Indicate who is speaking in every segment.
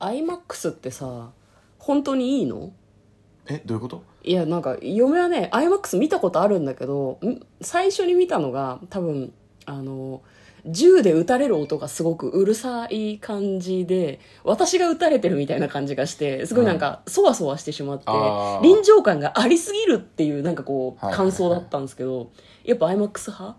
Speaker 1: iMAX ってさ本当にいいの
Speaker 2: えどういうこと
Speaker 1: いやなんか嫁はね iMAX 見たことあるんだけどん最初に見たのが多分あの銃で撃たれる音がすごくうるさい感じで私が撃たれてるみたいな感じがしてすごいなんかそわそわしてしまって、
Speaker 2: あー
Speaker 1: 臨場感がありすぎるっていうなんかこう
Speaker 2: はい
Speaker 1: 感想だったんですけど、やっぱ iMAX 派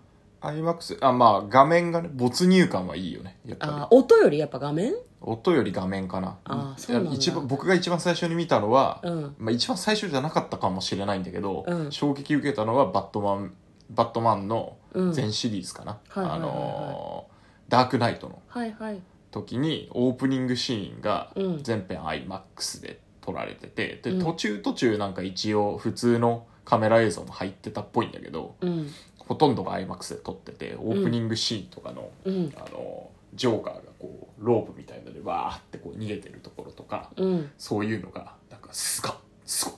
Speaker 2: ?iMAX あまあ画面がね没入感はいいよねやっ
Speaker 1: あ
Speaker 2: ぱ
Speaker 1: ー音よりやっぱ画面
Speaker 2: り音より画面かな
Speaker 1: あーそうなんだ
Speaker 2: 一番僕が一番最初に見たのは、
Speaker 1: うん
Speaker 2: まあ、一番最初じゃなかったかもしれないんだけど、
Speaker 1: うん
Speaker 2: 衝撃受けたのはバットマンバットマンの全シリーズかな、
Speaker 1: うんはいはいはいはい
Speaker 2: あのーダークナイトの
Speaker 1: はいはい
Speaker 2: 時にオープニングシーンが
Speaker 1: うん
Speaker 2: 全編 IMAX で撮られてて、
Speaker 1: うん
Speaker 2: で途中途中なんか一応普通のカメラ映像も入ってたっぽいんだけど
Speaker 1: うん
Speaker 2: ほとんどが IMAX で撮っててオープニングシーンとかの,、
Speaker 1: うん
Speaker 2: あのジョーカーがこうロープみたいのでわーってこう逃げてるところとか
Speaker 1: うん
Speaker 2: そういうのがなんかすがすごっ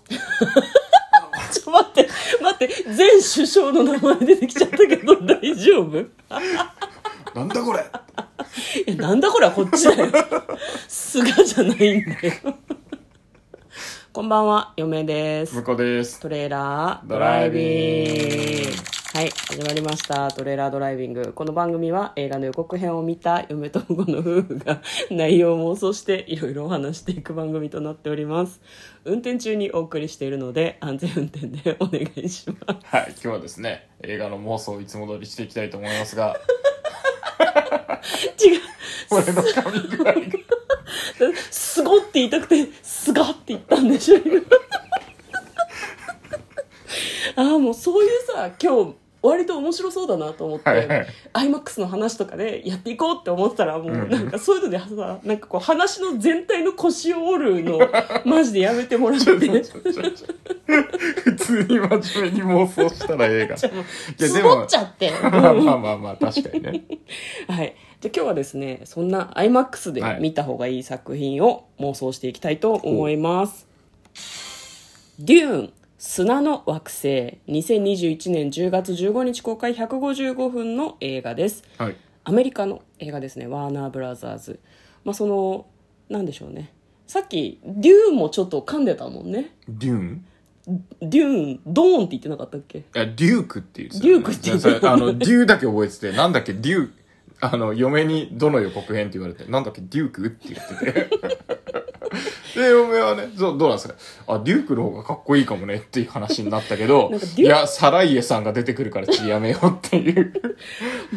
Speaker 1: ちょ、待って、待って、前首相の名前出てきちゃったけど、 大丈夫い
Speaker 2: なんだこれ
Speaker 1: や、なんだこれはこっちだよ。菅じゃないんだよ。こんばんは、嫁です
Speaker 2: 向。こうです
Speaker 1: トレーラード
Speaker 2: ド
Speaker 1: ラ
Speaker 2: ラ
Speaker 1: イ
Speaker 2: イ
Speaker 1: ビ
Speaker 2: ビ
Speaker 1: ン
Speaker 2: ン
Speaker 1: グ
Speaker 2: グ。
Speaker 1: はい、始まりました。トレーラードライビング。この番組は映画の予告編を見た嫁と婿の夫婦が内容を妄想していろいろお話していく番組となっております。運転中にお送りしているので安全運転でお願いします。
Speaker 2: はい今日はですね映画の妄想をいつも通りしていきたいと思いま すが
Speaker 1: 違う。
Speaker 2: 俺のカミングアウト
Speaker 1: すごって言いたくて、すがって言ったんでしょ、今 ああ、もうそういうさ、今日、割と面白そうだなと思って、
Speaker 2: はいはい
Speaker 1: IMAX の話とかでやっていこうって思ってたら、もううんなんかそういうのでさ、なんかこう話の全体の腰を折るの、マジでやめてもらっ
Speaker 2: ち
Speaker 1: て。
Speaker 2: ょちょちょちょちょ普通に真面目に妄想した ら映画
Speaker 1: じゃあもう
Speaker 2: や
Speaker 1: つ
Speaker 2: でも
Speaker 1: ぼっちゃって。うん
Speaker 2: まあまあまあまあ確かにね
Speaker 1: はい。じゃあ今日はですね、そんな IMAX で
Speaker 2: はい
Speaker 1: 見た方がいい作品を妄想していきたいと思います。デューン砂の惑星2021年10月15日公開155分の映画です。
Speaker 2: はい
Speaker 1: アメリカの映画ですね、ワーナーブラザーズ。まあその、なんでしょうね。さっき、デューンもちょっと噛んでたもんね。
Speaker 2: デューン
Speaker 1: デューン、ドーンって言ってなかったっけ
Speaker 2: いやデュークって言ってた
Speaker 1: デュークって言ってた
Speaker 2: じゃああのデューだけ覚えててなんだっけデューあの嫁にどの予告編って言われてなんだっけデュークって言っててで嫁はねそうどうなんですかあデュークの方がかっこいいかもねっていう話になったけど
Speaker 1: なんかデューク
Speaker 2: いやサライエさんが出てくるからちやめようっていう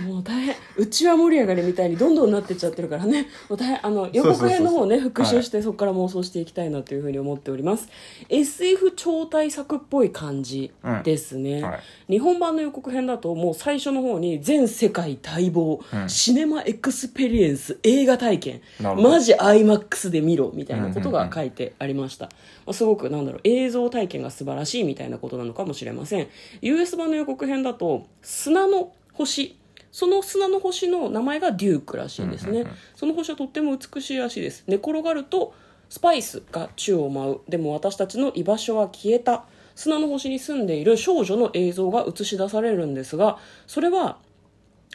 Speaker 1: もう大変うちは盛り上がりみたいにどんどんなってっちゃってるからねもう大変あの予告編の方をね
Speaker 2: そうそうそうそう
Speaker 1: 復習してそこから妄想していきたいなというふうに思っております、SF 超大作っぽい感じですね、
Speaker 2: うんはい
Speaker 1: 日本版の予告編だともう最初の方に全世界待望、
Speaker 2: うん
Speaker 1: シネマエクスペリエンス映画体験
Speaker 2: なるほど
Speaker 1: マジ IMAX で見ろみたいなことが書いてありました、まあすごくなんだろう映像体験が素晴らしいみたいなことなのかもしれません US 版の予告編だと砂の星その砂の星の名前がデュークらしいんですね、その星はとっても美しいらしいです寝転がるとスパイスが宙を舞うでも私たちの居場所は消えた砂の星に住んでいる少女の映像が映し出されるんですがそれは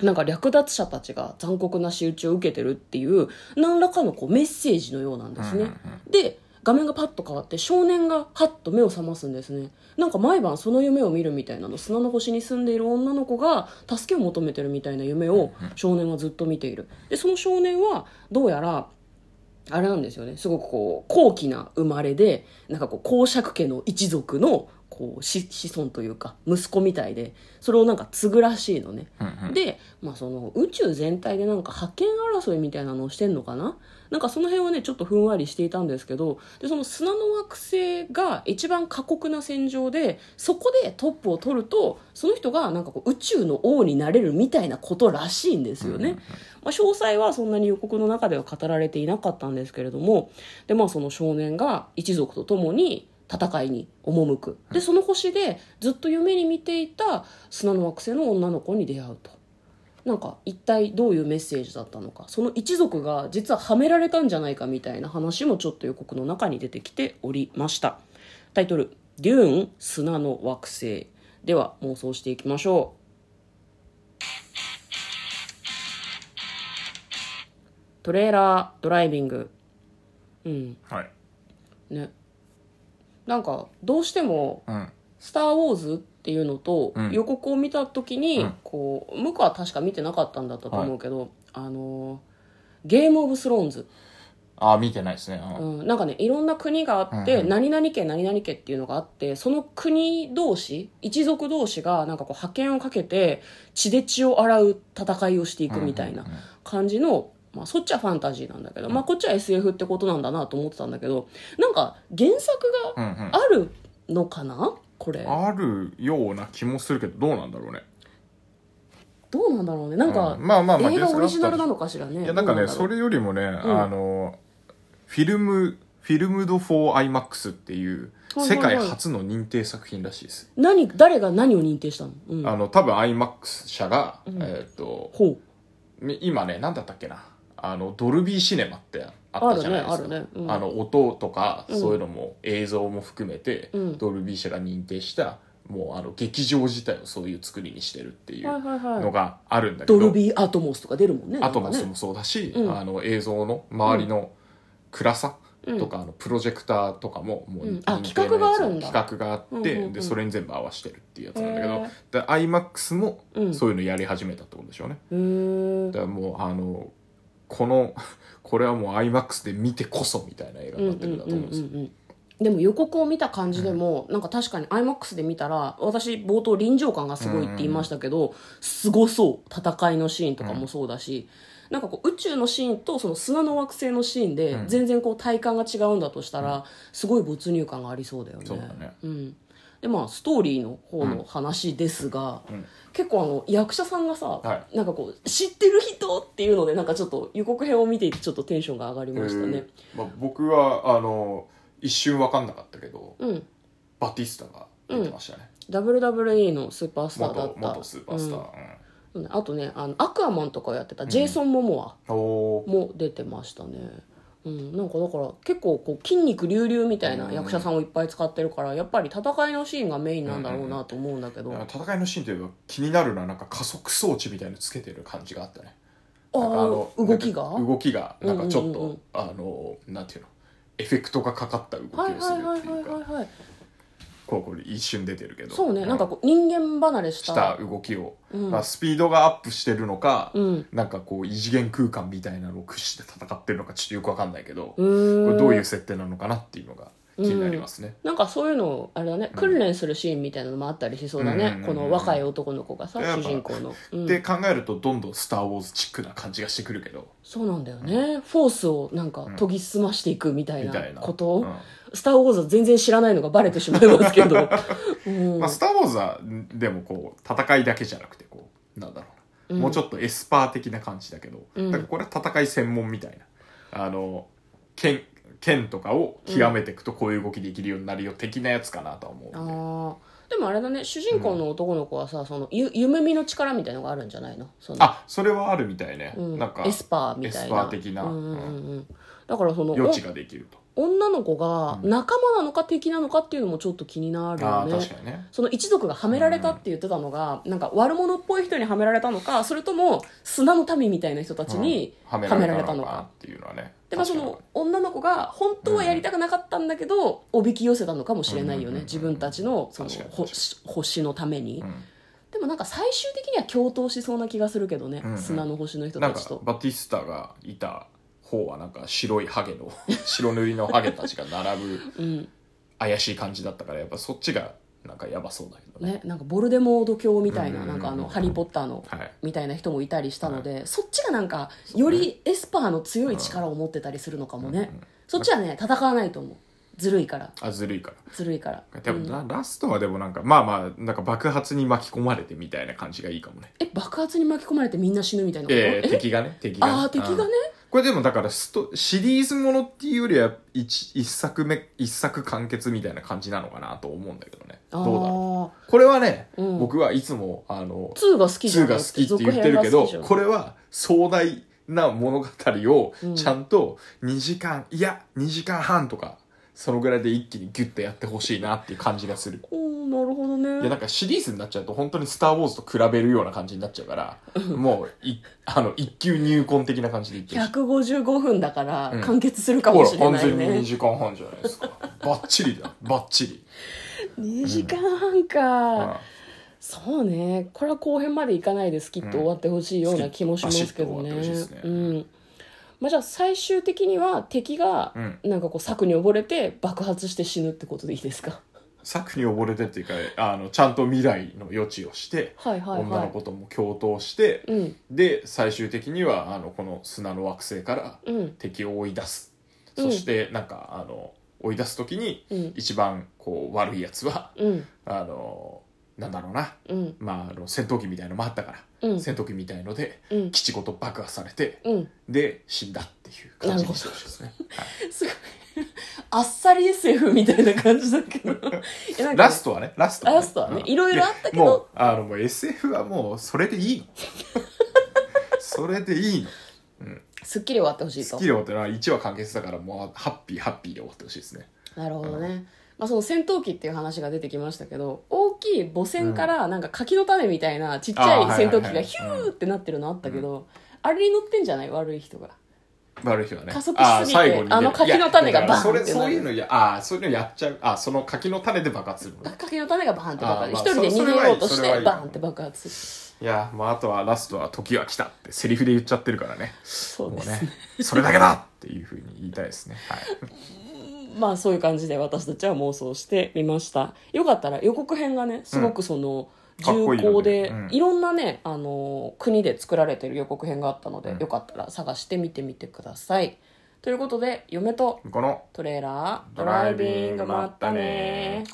Speaker 1: なんか略奪者たちが残酷な仕打ちを受けてるっていう何らかのこうメッセージのようなんですね、
Speaker 2: うんうん
Speaker 1: で画面がパッと変わって少年がハッと目を覚ますんですねなんか毎晩その夢を見るみたいなの砂の星に住んでいる女の子が助けを求めてるみたいな夢を少年はずっと見ているでその少年はどうやらあれなんですよねすごくこう高貴な生まれでなんかこう公爵家の一族のこう子子孫というか息子みたいでそれをなんか継ぐらしいのね、
Speaker 2: うんうん
Speaker 1: で、まあ、その宇宙全体でなんか覇権争いみたいなのをしてんのかななんかその辺はねちょっとふんわりしていたんですけどでその砂の惑星が一番過酷な戦場でそこでトップを取るとその人がなんかこう宇宙の王になれるみたいなことらしいんですよね。まあ、詳細はそんなに予告の中では語られていなかったんですけれどもで、まあ、その少年が一族と共に戦いに赴くでその星でずっと夢に見ていた砂の惑星の女の子に出会うと。なんか一体どういうメッセージだったのかその一族が実ははめられたんじゃないかみたいな話もちょっと予告の中に出てきておりましたタイトル「デューン砂の惑星」では妄想していきましょうトレーラードライビングうん
Speaker 2: はい。
Speaker 1: ねなんかどうしても
Speaker 2: うん。
Speaker 1: 「スター・ウォーズ」っていうのと
Speaker 2: うん
Speaker 1: 予告を見た時に、
Speaker 2: うん
Speaker 1: こう向こうは確か見てなかったんだったと思うけど、あのーゲーム・オブ・スローンズ、
Speaker 2: ああ、見てないですね。うん
Speaker 1: うん、なんかねいろんな国があって、
Speaker 2: うんうん
Speaker 1: 何々家何々家っていうのがあってその国同士一族同士がなんかこう覇権をかけて血で血を洗う戦いをしていくみたいな
Speaker 2: うんうんうん
Speaker 1: 感じの、まあ、そっちはファンタジーなんだけど、まあ、こっちは SF ってことなんだなと思ってたんだけどなんか原作が
Speaker 2: うんうん
Speaker 1: あるのかなこれ
Speaker 2: あるような気もするけど、どうなんだろうね。
Speaker 1: どうなんだろうねなんか、
Speaker 2: うんまあまあまあ
Speaker 1: 映画
Speaker 2: 原作
Speaker 1: オリ
Speaker 2: だった
Speaker 1: ジ
Speaker 2: ら
Speaker 1: ナルなのかしらね
Speaker 2: いや、なんか
Speaker 1: どう
Speaker 2: ね、
Speaker 1: だろう
Speaker 2: それよりもね、あの、フィルム、フィルムド・フォー・アイマックスっていう、
Speaker 1: はい
Speaker 2: 世
Speaker 1: はい
Speaker 2: 界
Speaker 1: はい
Speaker 2: 初の認定作品らしいです。
Speaker 1: 何誰が何を認定したの,、うん、
Speaker 2: あの、多分 IMAX 社が、えーっと、
Speaker 1: ほう
Speaker 2: み今ね、なんだったっけな。あの、ドルビーシネマってあったじゃないですか。
Speaker 1: あるねあるねうん
Speaker 2: の、音とか、
Speaker 1: うん
Speaker 2: そういうのも映像も含めて、
Speaker 1: うん
Speaker 2: ドルビー社が認定した、もうあの、劇場自体をそういう作りにしてるってい
Speaker 1: はいうはい
Speaker 2: の
Speaker 1: はい
Speaker 2: があるんだけ
Speaker 1: ド
Speaker 2: ど、
Speaker 1: ルビーアトモスとか出るもんね
Speaker 2: アトモ
Speaker 1: な
Speaker 2: ス
Speaker 1: んかね
Speaker 2: もそうだし、
Speaker 1: うん
Speaker 2: あの、映像の周りの暗さ
Speaker 1: うん
Speaker 2: とか、あの、プロジェクターとかも、もう
Speaker 1: うんあ
Speaker 2: 認定のや
Speaker 1: 企画が
Speaker 2: つ
Speaker 1: あるんだ
Speaker 2: 企画があって、
Speaker 1: うんうんうん
Speaker 2: で、それに全部合わせてるっていうやつなんだけ
Speaker 1: へ
Speaker 2: ど、で、IMAX も
Speaker 1: うん
Speaker 2: そういうのやり始めたってことでしょうね。
Speaker 1: へー
Speaker 2: だからもうあのこの これはもう IMAX で見てこそみたいな映画
Speaker 1: うんう
Speaker 2: になっ
Speaker 1: ん
Speaker 2: て
Speaker 1: う
Speaker 2: る
Speaker 1: ん
Speaker 2: んだと思うんですよ
Speaker 1: うんうんでも予告を見た感じでも、なんか確かに IMAX で見たら私冒頭臨場感がすごいって言いましたけど、すごそう戦いのシーンとかもそうだし、なんかこう宇宙のシーンとその砂の惑星のシーンで
Speaker 2: うん
Speaker 1: 全然こう体感が違うんだとしたら、すごい没入感がありそうだよね
Speaker 2: そうだね
Speaker 1: うん、でまあストーリーの方の話ですが、
Speaker 2: うん
Speaker 1: 結構あの役者さんがさ、
Speaker 2: は
Speaker 1: なんかこう知ってる人っていうのでなんかちょっと予告編を見ていてちょっとテンションが上がりましたね、
Speaker 2: えーまあ、僕はあの一瞬分かんなかったけど
Speaker 1: うん
Speaker 2: バティスタが出てましたね、
Speaker 1: WWE のスーパースターだっ
Speaker 2: 元
Speaker 1: た
Speaker 2: 元スーパースター、
Speaker 1: うんあとねあのアクアマンとかをやってたジェイソン・モモ
Speaker 2: うんお
Speaker 1: アも出てましたね、うんなんかだから結構こう筋肉隆々みたいな役者さんをいっぱい使ってるからやっぱり戦いのシーンがメインなんだろうなと思うんだけど、
Speaker 2: ー戦いのシーンといえば気になるのはなんか加速装置みたいのつけてる感じがあったねなんか
Speaker 1: ああ動きが
Speaker 2: なんか動きがなんかちょ
Speaker 1: う
Speaker 2: っと、
Speaker 1: んうんうん
Speaker 2: あのなんていうのエフェクトがかかった動きを
Speaker 1: はい
Speaker 2: す
Speaker 1: は
Speaker 2: る
Speaker 1: いはい
Speaker 2: って
Speaker 1: はいいうは
Speaker 2: か
Speaker 1: いはい
Speaker 2: こうこれ一瞬出てるけど
Speaker 1: そうね
Speaker 2: う
Speaker 1: なんかこう人間離れし
Speaker 2: したた動きを、
Speaker 1: うん
Speaker 2: まあ、スピードがアップしてるのか、
Speaker 1: うん
Speaker 2: なんかこう異次元空間みたいなのを駆使して戦ってるのかちょっとよくわかんないけど、
Speaker 1: うーん
Speaker 2: これどういう設定なのかなっていうのが気になりますね、
Speaker 1: なんかそういうのあれだね、訓練するシーンみたいなのもあったりしそうだね、
Speaker 2: うんうんうんうん
Speaker 1: この若い男の子がさ
Speaker 2: やっ
Speaker 1: 主
Speaker 2: ぱ
Speaker 1: 人公の、うん
Speaker 2: で考えるとどんどん「スター・ウォーズ」チックな感じがしてくるけど
Speaker 1: そうなんだよね、フォースをなんか研ぎ澄ましていくみたい
Speaker 2: み
Speaker 1: な
Speaker 2: たいな
Speaker 1: こと、
Speaker 2: うん
Speaker 1: スター・ウォーズは全然知らないのがバレてしまいますけ ど、うん
Speaker 2: まあ、スター・ウォーズはでもこう戦いだけじゃなくてこうなんだろうな、もうちょっとエスパー的な感じだけど、
Speaker 1: うん
Speaker 2: だからこれは戦い専門みたいなあの剣剣とかを極めていくとこういう動きできるようになるよ的なやつかなとは思う、
Speaker 1: あーでもあれだね主人公の男の子はさ、そのゆ夢見の力みたいのがあるんじゃないのその
Speaker 2: あそれはあるみたいね、
Speaker 1: うん
Speaker 2: なんか
Speaker 1: エスパーみたいな
Speaker 2: エスパー的な
Speaker 1: うんうんうんうんだからその
Speaker 2: 余地ができると、
Speaker 1: お女の子が仲間なのか敵なのかっていうのもちょっと気になる
Speaker 2: あ
Speaker 1: よ
Speaker 2: あ
Speaker 1: ね、
Speaker 2: 確かにね
Speaker 1: その一族がはめられたって言ってたのが、なんか悪者っぽい人にはめられたのかそれとも砂の民みたいな人たちに
Speaker 2: うん
Speaker 1: はめられたの
Speaker 2: な
Speaker 1: か。
Speaker 2: っていうのはね
Speaker 1: でまあそ
Speaker 2: 確
Speaker 1: の
Speaker 2: か
Speaker 1: 女の子が本当はやりたくなかったんだけど、おびき寄せたのかもしれないよ
Speaker 2: うんうんうんう
Speaker 1: ね
Speaker 2: ん
Speaker 1: 自分たちのその
Speaker 2: 確かに
Speaker 1: ほ星のために、
Speaker 2: にね
Speaker 1: でもなんか最終的には共闘しそうな気がするけどね、
Speaker 2: うんうん
Speaker 1: 砂の星の
Speaker 2: う
Speaker 1: 人
Speaker 2: んな
Speaker 1: た
Speaker 2: んか
Speaker 1: ちと
Speaker 2: バティスタがいた方はなんか白いハゲの 白塗りのハゲたちが並ぶ
Speaker 1: うん
Speaker 2: 怪しい感じだったからやっぱそっちがなんかやばそうだけどね
Speaker 1: ねなんかボルデモード教みたいな、
Speaker 2: うんうんう
Speaker 1: な
Speaker 2: ん
Speaker 1: んかあのハリー・ポッターの
Speaker 2: はい
Speaker 1: みたいな人もいたりしたので、そっちがなんかよりエスパーの強い力を持ってたりするのかもね、
Speaker 2: うんうん
Speaker 1: そっちはね戦わないと思うずるいから
Speaker 2: あずるいか
Speaker 1: ずるいから
Speaker 2: らでもラ、ラストはでもなんかまあまあなんか爆発に巻き込まれてみたいな感じがいいかもね
Speaker 1: え爆発に巻き込まれてみんな死ぬみたいなこと、
Speaker 2: ええ敵がね敵がね
Speaker 1: ああ敵がね
Speaker 2: これでもだからストシリーズものっていうよりは一一作目一作完結みたいな感じなのかなと思うんだけどねどうだろ
Speaker 1: ろ
Speaker 2: うこれはね、
Speaker 1: うん
Speaker 2: 僕はいつもあの
Speaker 1: 2が好きじゃ
Speaker 2: 2
Speaker 1: ん
Speaker 2: が好きって言ってるけ
Speaker 1: 続編が
Speaker 2: ど
Speaker 1: 好きじゃん
Speaker 2: これは壮大な物語を
Speaker 1: うん
Speaker 2: ちゃんと2時間、いや2時間半とかそのぐらいで一気にギュッとやってほしいなっていう感じがする。
Speaker 1: おーなるほど
Speaker 2: いや、な
Speaker 1: ね
Speaker 2: んかシリーズになっちゃうと本当にスターウォーズと比べるような感じになっちゃうから、もう、い、あの、一級入魂的な感じでいってほしい。
Speaker 1: 155分だから
Speaker 2: うん
Speaker 1: 完結するか
Speaker 2: ほ
Speaker 1: も
Speaker 2: ら、
Speaker 1: しれ
Speaker 2: 完
Speaker 1: ない
Speaker 2: 全に
Speaker 1: ね、
Speaker 2: 2時間半じゃないですか。バッチリ だ。バッチリ。
Speaker 1: 2時間半
Speaker 2: うん
Speaker 1: か、そうねこれは後編までいかないでスキッと終わってほしいような気もしますけどね,、
Speaker 2: うん
Speaker 1: う
Speaker 2: スキッとバシッと終わってほしいですね
Speaker 1: んまあ、じゃあ最終的には敵が
Speaker 2: うん
Speaker 1: なんかこう策に溺れて爆発して死ぬってことでいいですか
Speaker 2: 策に溺れてっていうか、あの、ちゃんと未来の予知をして、
Speaker 1: はいはい
Speaker 2: 女
Speaker 1: は
Speaker 2: の
Speaker 1: い
Speaker 2: 子とも共闘して、
Speaker 1: うん
Speaker 2: で、最終的には、あの、この砂の惑星から
Speaker 1: うん
Speaker 2: 敵を追い出す。
Speaker 1: うん
Speaker 2: そして、なんか、あの、追い出すときに、
Speaker 1: うん
Speaker 2: 一番、こう、悪いやつは、
Speaker 1: うん
Speaker 2: あの、なんだろうな。
Speaker 1: うん
Speaker 2: まあ、あの戦闘機みたいのもあったから、
Speaker 1: うん
Speaker 2: 戦闘機みたいので、
Speaker 1: うん
Speaker 2: 基地ごと爆破されて、
Speaker 1: うん
Speaker 2: で、死んだっていう感じにしてほしいですね。はい
Speaker 1: すごいあっさり SF みたいな感じだけどいやなんか
Speaker 2: ラストはね、ラスト
Speaker 1: ラストはね
Speaker 2: うん
Speaker 1: いろいろあったけど
Speaker 2: いやもう、あの、もう SF はもう、それでいい の。それでいいの。
Speaker 1: すっきり終わってほしい
Speaker 2: ス
Speaker 1: と
Speaker 2: ッキリ終わってな、1話完結だから、もう、ハッピーハッピーで終わってほしいですね。
Speaker 1: なるほどね、まあ、その戦闘機っていう話が出てきましたけど大きい母船からなんか柿の種みたいなちっちゃい戦闘機がヒューってなってるのあったけど、あれに乗ってんじゃない悪い人が
Speaker 2: 悪い日はね。
Speaker 1: 加速しすぎて
Speaker 2: あー最後にね、
Speaker 1: あの柿の種が
Speaker 2: いやだから
Speaker 1: バーンって
Speaker 2: それ、
Speaker 1: な
Speaker 2: そう
Speaker 1: る
Speaker 2: いうのや、ああ、そういうのやっちゃう。あーその柿の種で爆発するのね。
Speaker 1: 柿の種がバーンって爆
Speaker 2: あ
Speaker 1: 発
Speaker 2: ま
Speaker 1: 一
Speaker 2: あ
Speaker 1: 人で逃げようとし
Speaker 2: それは
Speaker 1: て
Speaker 2: いい
Speaker 1: バーンって爆発する
Speaker 2: いや、もうあとはラストは時は来たってセリフで言っちゃってるからね。
Speaker 1: そう
Speaker 2: も
Speaker 1: で
Speaker 2: う
Speaker 1: す
Speaker 2: ね、それだけだっていうふうに言いたいですね。はい。
Speaker 1: まあそういう感じで私たちは妄想してみましたよかったら予告編がねすごくその、
Speaker 2: かっこ
Speaker 1: 重
Speaker 2: いいよね
Speaker 1: 厚でい
Speaker 2: う
Speaker 1: ろ
Speaker 2: ん
Speaker 1: んなね、あのー国で作られてる予告編があったので、
Speaker 2: うん
Speaker 1: よかったら探してみてみてくださいということで嫁と
Speaker 2: この
Speaker 1: トレーラード
Speaker 2: ド
Speaker 1: ラ
Speaker 2: ラ
Speaker 1: イ
Speaker 2: イ
Speaker 1: ビ
Speaker 2: ビ
Speaker 1: ン
Speaker 2: ン
Speaker 1: グ
Speaker 2: グ
Speaker 1: ま
Speaker 2: ま
Speaker 1: っ
Speaker 2: ったた
Speaker 1: ね
Speaker 2: ね